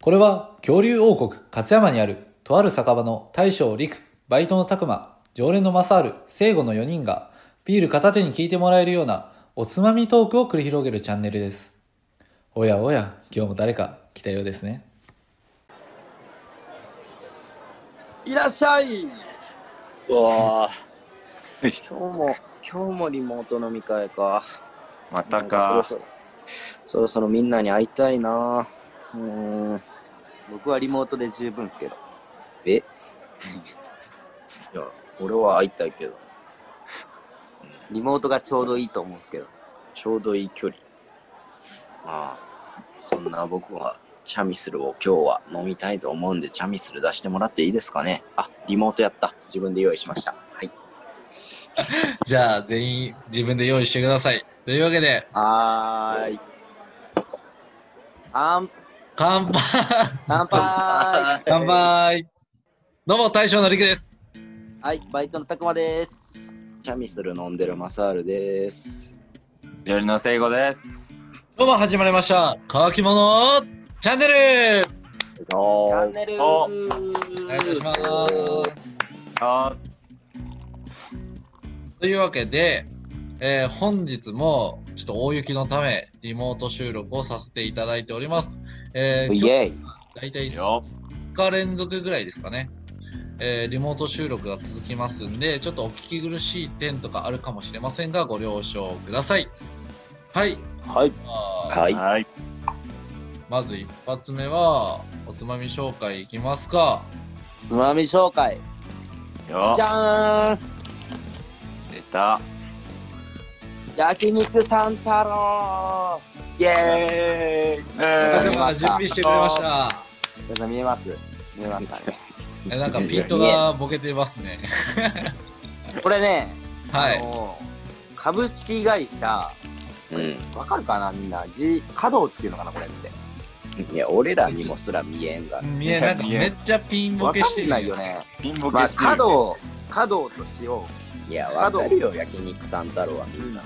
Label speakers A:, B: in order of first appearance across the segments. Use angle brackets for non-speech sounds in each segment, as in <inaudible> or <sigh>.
A: これは恐竜王国勝山にあるとある酒場の大将陸、バイトの拓馬、常連の正ル聖護の4人がビール片手に聞いてもらえるようなおつまみトークを繰り広げるチャンネルです。おやおや、今日も誰か来たようですね。
B: いらっしゃい。
C: うわあ、
B: 今日も、今日もリモート飲み会か。
C: また
B: なん
C: か。
B: そろそろ。そろそろみんなに会いたいな。うーん。
D: 僕はリモートで十分ですけど。
B: いや、俺は会いたいけど、
D: リモートがちょうどいいと思うんですけど。
B: ちょうどいい距離。まあ、そんな僕は、チャミスルを今日は飲みたいと思うんで、チャミスル出してもらっていいですかね。あ、リモートやった。自分で用意しました。はい。
A: じゃあ全員自分で用意してください。というわけで、
B: はーい。
D: あん、
A: 乾杯
D: 乾杯
A: 乾杯どうも大将の陸です。
D: はい、バイトのたくまです。
B: チャミスル飲んでるマサールです。
C: 料理の聖子です。
A: どうも始まりました。乾き物チャンネル
D: チ
B: お
D: ャンネル
C: お
A: お願いいたします。
C: あ
A: というわけで、えー本日もちょっと大雪のためリモート収録をさせていただいております。えー、
B: イ
A: 今
B: エイ
A: 日大体
C: ー
A: 3
C: よ。
A: 日連続ぐらいですかね。えーリモート収録が続きますんで、ちょっとお聞き苦しい点とかあるかもしれませんが、ご了承ください。はい。
B: はい。
A: あー
B: はい。
C: はい。
A: まず一発目は、おつまみ紹介いきますか。
D: つまみ紹介。
C: よ
D: じ。ゃーん
C: 出た。
D: 焼肉三太郎
B: イエーイ
A: 高
C: え
A: 山が準備してくれました。
D: 皆さん見えます見えますかね
A: えなんかピントがボケてますね。
D: これね、
A: は
D: あ
A: い。
D: の株式会社、
B: う
D: わかるかなみんな。じ、稼働っていうのかなこれって。
B: ん。いや、俺らにもすら見えんが。
A: 見え、なんか
C: 見え
A: めっちゃピンボ
D: わか
A: ケして
D: ん
A: る。
D: ないよね。
C: ピンボ
D: ま
C: ケ
D: あ、
C: してる
D: 稼働、稼働としよ
B: いや、わかるよ、焼肉さん太郎は。
D: う。うん
A: うん。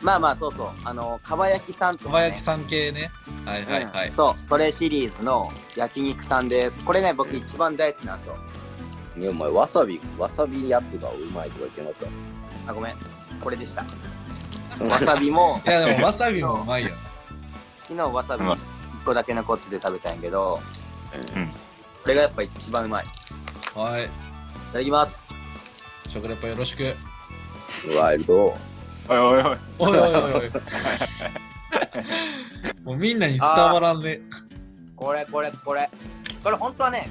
D: まあまあそうそうあのかば焼きさんと
A: か
D: か、ね、
A: ば焼きさん系ね。はいはいはい
D: うん。そうそれシリーズの焼肉さんですこれね僕一番大好きなんですよ
B: いや、お前、わさび、わさびやつがうまいとか言ってなかっ
D: あごめんこれでした
B: た。
D: わさ
A: <laughs>
D: びも
A: いやでもわさびもうまいよ。
D: 昨日わさび
C: うまい
D: 1個だけ残ってて食べたんやけど
C: うん
D: これがやっぱ一番うまいい
A: はい。
D: ただきます
A: 食レポよろしく。
B: うわ、ど
C: おいおいおい。
A: おいおいおい <laughs> おい。もうみんなに伝わらんね。
D: これこれこれこれ本当はね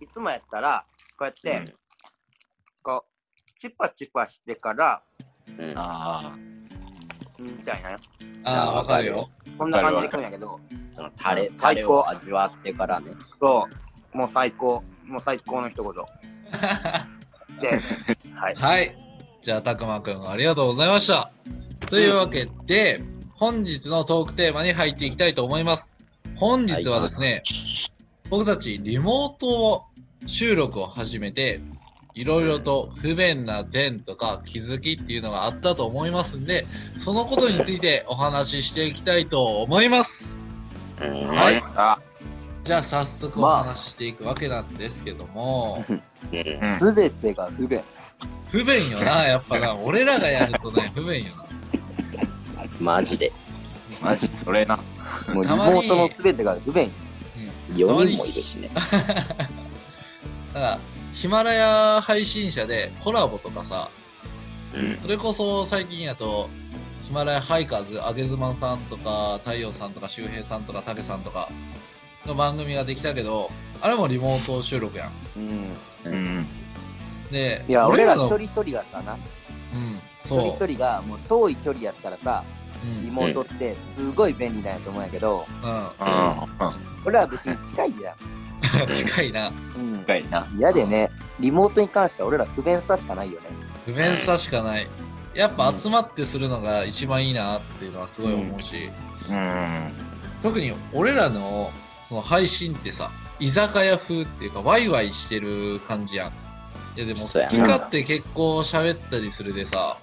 D: いつもやったらこうやって、
C: うん
D: こうチュパチュパしてから
B: ううん。
C: あ
D: みたいな
A: ああ、わかるよ。
D: こんな感じでくるんやけど
B: そのタレ、タ
D: 最高
B: レを味わってからね。
D: そうもう最高もう最高の一言 <laughs> です。はい。
A: はい。じゃあ、たくまくん、ありがとうございました。というわけで、本日のトークテーマに入っていきたいと思います。本日はですね、僕たちリモート収録を始めて、いろいろと不便な点とか気づきっていうのがあったと思いますんで、そのことについてお話ししていきたいと思います。
B: うん
C: あ。はい。あ
A: じゃあ、早速お話ししていくわけなんですけど <laughs> も、
B: うん
D: すべてが不便。
A: 不便よな、やっぱな。俺らがやるとね、不便よな。
B: マジで。
C: マジそれな。
D: もうリ
A: た
D: モ
A: まに
D: ートのすべてが不便。
B: 4人もいるしね。
A: ただヒマラヤ配信者でコラボとかさ
B: うん。
A: それこそ最近やとヒマラヤハイカーズあげずまさんとか太陽さんとか周平さんとかたけさんとかの番組ができたけどあれもリモート収録やん
D: うん。
C: うん。
A: で
D: いや、俺ら
A: の
D: 一人一人がさな、
A: うん
D: 一
A: そう
D: 人一人がもう遠い距離やったらさ、
A: うん
D: リモートってすごい便利なんやと思うんやけど、
A: うん
C: うん。うん。
D: 俺らは別に近いや
A: <laughs> 近いな
D: ゃん。うん。
C: 深いな。
D: 嫌でね、リモートに関しては俺ら不便さしかないよね。
A: 不便さしかないやっぱ集まってするのが一番いいなっていうのはすごい思うし、
C: うん。
A: 特に俺らのその配信ってさ居酒屋風っていうかワイワイしてる感じやんいやでも
B: そう
A: 好
B: や
A: き
B: な
A: 勝手結構喋ったりするでさ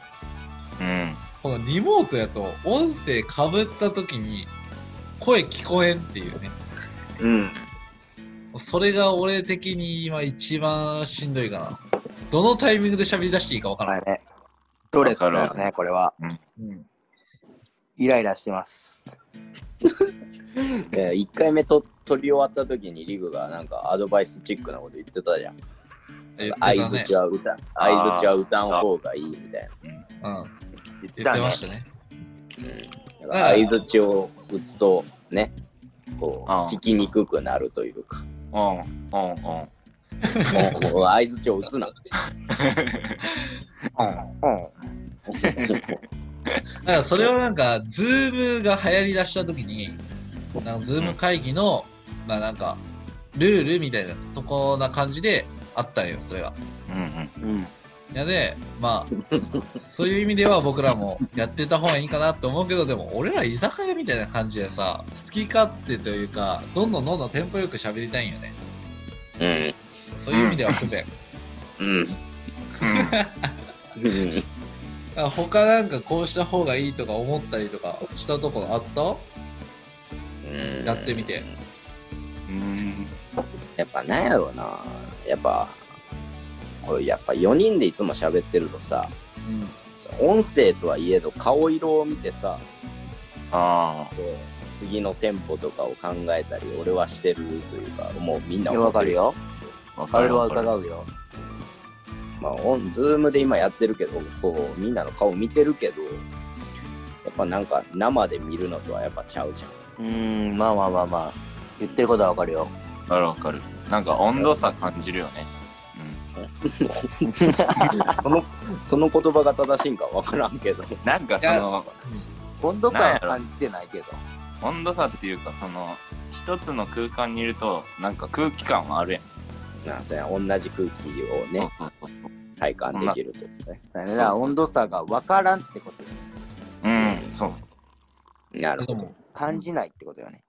C: うん。
A: このリモートやと音声かぶった時に声聞こえんっていうね
B: うん。
A: それが俺的に今一番しんどいかな。どのタイミングで喋り出していいかわから
D: は
A: ないい。
D: ね。ドレスだよね、これは。
A: うん
D: イライラしてます。
B: えー、1回目と取り終わった時にリグがなんかアドバイスチックなこと言ってたじゃん。
A: 言ってた
B: 相
A: ね
B: づちは歌ん、
C: あー
B: 相づちは歌ん方がいいみたいな。
A: うん。
D: 言っ
A: 言
D: てた
A: って
D: ね
A: ましたね。
B: だから相づちを打つとね、こう
C: あー
B: 聞きにくくなるというか、
C: うんうんうん
B: もうもう相づちを打つなって。
D: うん。うん。
A: だからそれはなんか、ズームが流行り出した時に、なんかズーム会議の、まあなんか、ルールみたいなとこな感じであったんよ、それが。
C: うん
D: うん。
A: いやで、まあ、そういう意味では僕らもやってた方がいいかなって思うけど、でも俺ら居酒屋みたいな感じでさ、好き勝手というか、どんどんどんどんテンポよく喋りたいんよね。
B: うん。
A: そういう意味では不便。
B: うん。
C: うん
B: うん
A: だから他なんかこうした方がいいとか思ったりとかしたところあったやってみて。
C: うん
B: やっぱなんやろうな。やっぱ、こうやっぱ4人でいつも喋ってるとさ、
A: うん。
B: 音声とはいえど顔色を見てさ、
C: あ
B: こう次のテンポとかを考えたり俺はしてるというかもうみんない
D: や、わかる
B: よ、
D: よ。
C: あわ
D: あれは
C: わる
D: 疑うよ。
B: まあ、オンズームで今やってるけどこうみんなの顔見てるけどやっぱなんか生で見るのとはやっぱちゃうじゃん
D: うーん、まあまあまあまあ。言ってることはわかるよ。
C: わかるわかるなんか温度差感じるよね
B: そのその言葉が正しいんかわからんけど
C: うんなんかその
D: 温度差は感じてないけど。
C: 温度差っていうかその一つの空間にいるとなんか空気感はあるやん
B: なんせ同じ空気をね
C: そうそうそう
B: 体感できるというね
D: だ
C: そう
D: から
C: そう
D: 温度差がわからんってことよ
C: うんそう
B: なる
A: で
B: ほど、
A: も、
D: 感じないってことよね。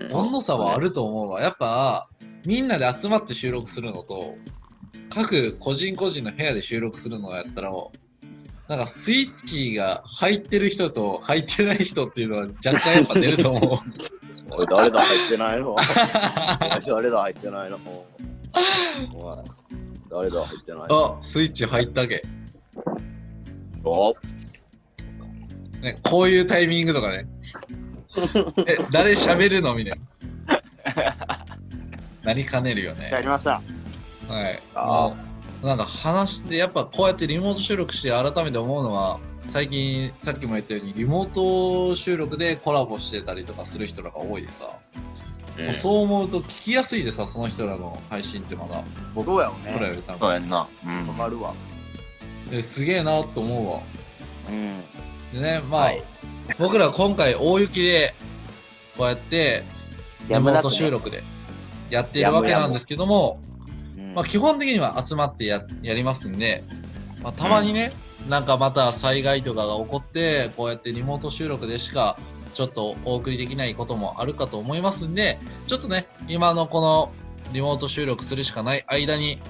B: うん
A: 温度差はあると思うわ。やっぱ、みんなで集まって収録するのと、各個人個人の部屋で収録するのやったら、なんかスイッチが入ってる人と入ってない人っていうのは若干やっぱ出ると思う。
B: おい誰だ入ってないのおい誰だ入ってないのおい誰だ入ってない
A: あ、
B: の
A: スイッチ入ったわけ。
B: お
A: ね、こういうタイミングとかね。え、誰喋るのみたいな。なりかねるよね。
D: りました。
A: はい。
B: あ
A: もうなんか話して、やっぱこうやってリモート収録して改めて思うのは、最近、さっきも言ったように、リモート収録でコラボしてたりとかする人らが多いでさ、もうそう思うと聞きやすいでさ、その人らの配信ってまだ、僕
D: どうやろ
A: らよ
D: うね。
A: り多
C: そう
A: 分
C: やんなうん
D: わかるわ。
A: えすげえなと思うわ。
D: うん。
A: でね、まあ、
B: はい
A: 僕ら今回大雪で、こうやって、リ
D: や
A: モ
D: む
A: ー
D: な
A: ト
D: く
A: 収
D: ね。
A: 録でやっているわけなんですけども、
D: うん
A: まあ、基本的には集まってややりますんで、まあ、たまにね、なんかまた災害とかが起こって、こうやってリモート収録でしかちょっとお送りできないこともあるかと思いますんで、ちょっとね、今のこのリモート収録するしかない間に、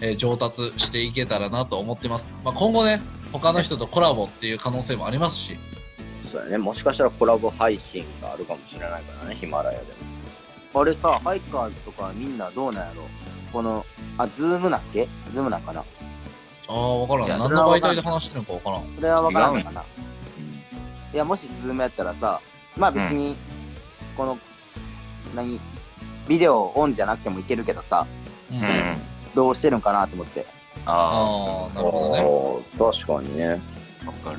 A: えー上達していけたらなと思ってます。まあ、今後ね、他の人とコラボっていう可能性もありますし、
B: そうやね、もしかしたらコラボ配信があるかもしれないからね、ヒマラヤでも。
D: あれさ、ハイカーズとかみんなどうなんやろこの、あ、ズームなんっけズームなんかな
A: ああ、わからん。
C: いや
A: 何の媒体で話してるのかわからん。
D: それはわからんのかなうんいや、もしズームやったらさ、まあ別に、この、何、ビデオオンじゃなくてもいけるけどさ、
A: うん
C: うん
A: あ
D: どうしてるんかなと思って。
C: あ
A: あ
C: あ、
A: なるほどね。
B: どね。確かにね。
C: わかる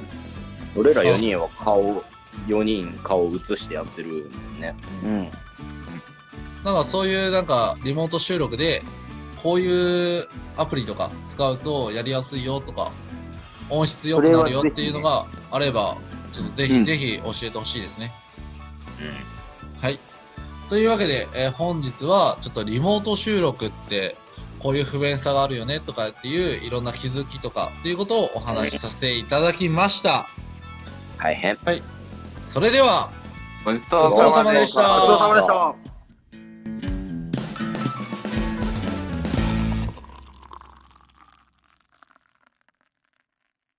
B: 俺ら4人は顔、4人顔映してやってるもんね。
D: うん。
A: なんかそういうなんかリモート収録でこういうアプリとか使うとやりやすいよとか音質良くなるよっていうのがあればちょっとぜ
D: う
A: ひ
D: ん
A: ぜひ教えてほしいですね。はい。というわけで、えー本日はちょっとリモート収録ってこういう不便さがあるよねとかっていういろんな気づきとかっていうことをお話しさせていただきました。
B: 大変。
A: それでは
C: ごちそうさまでし
A: ご
C: た
A: ちそうさまでした
D: た。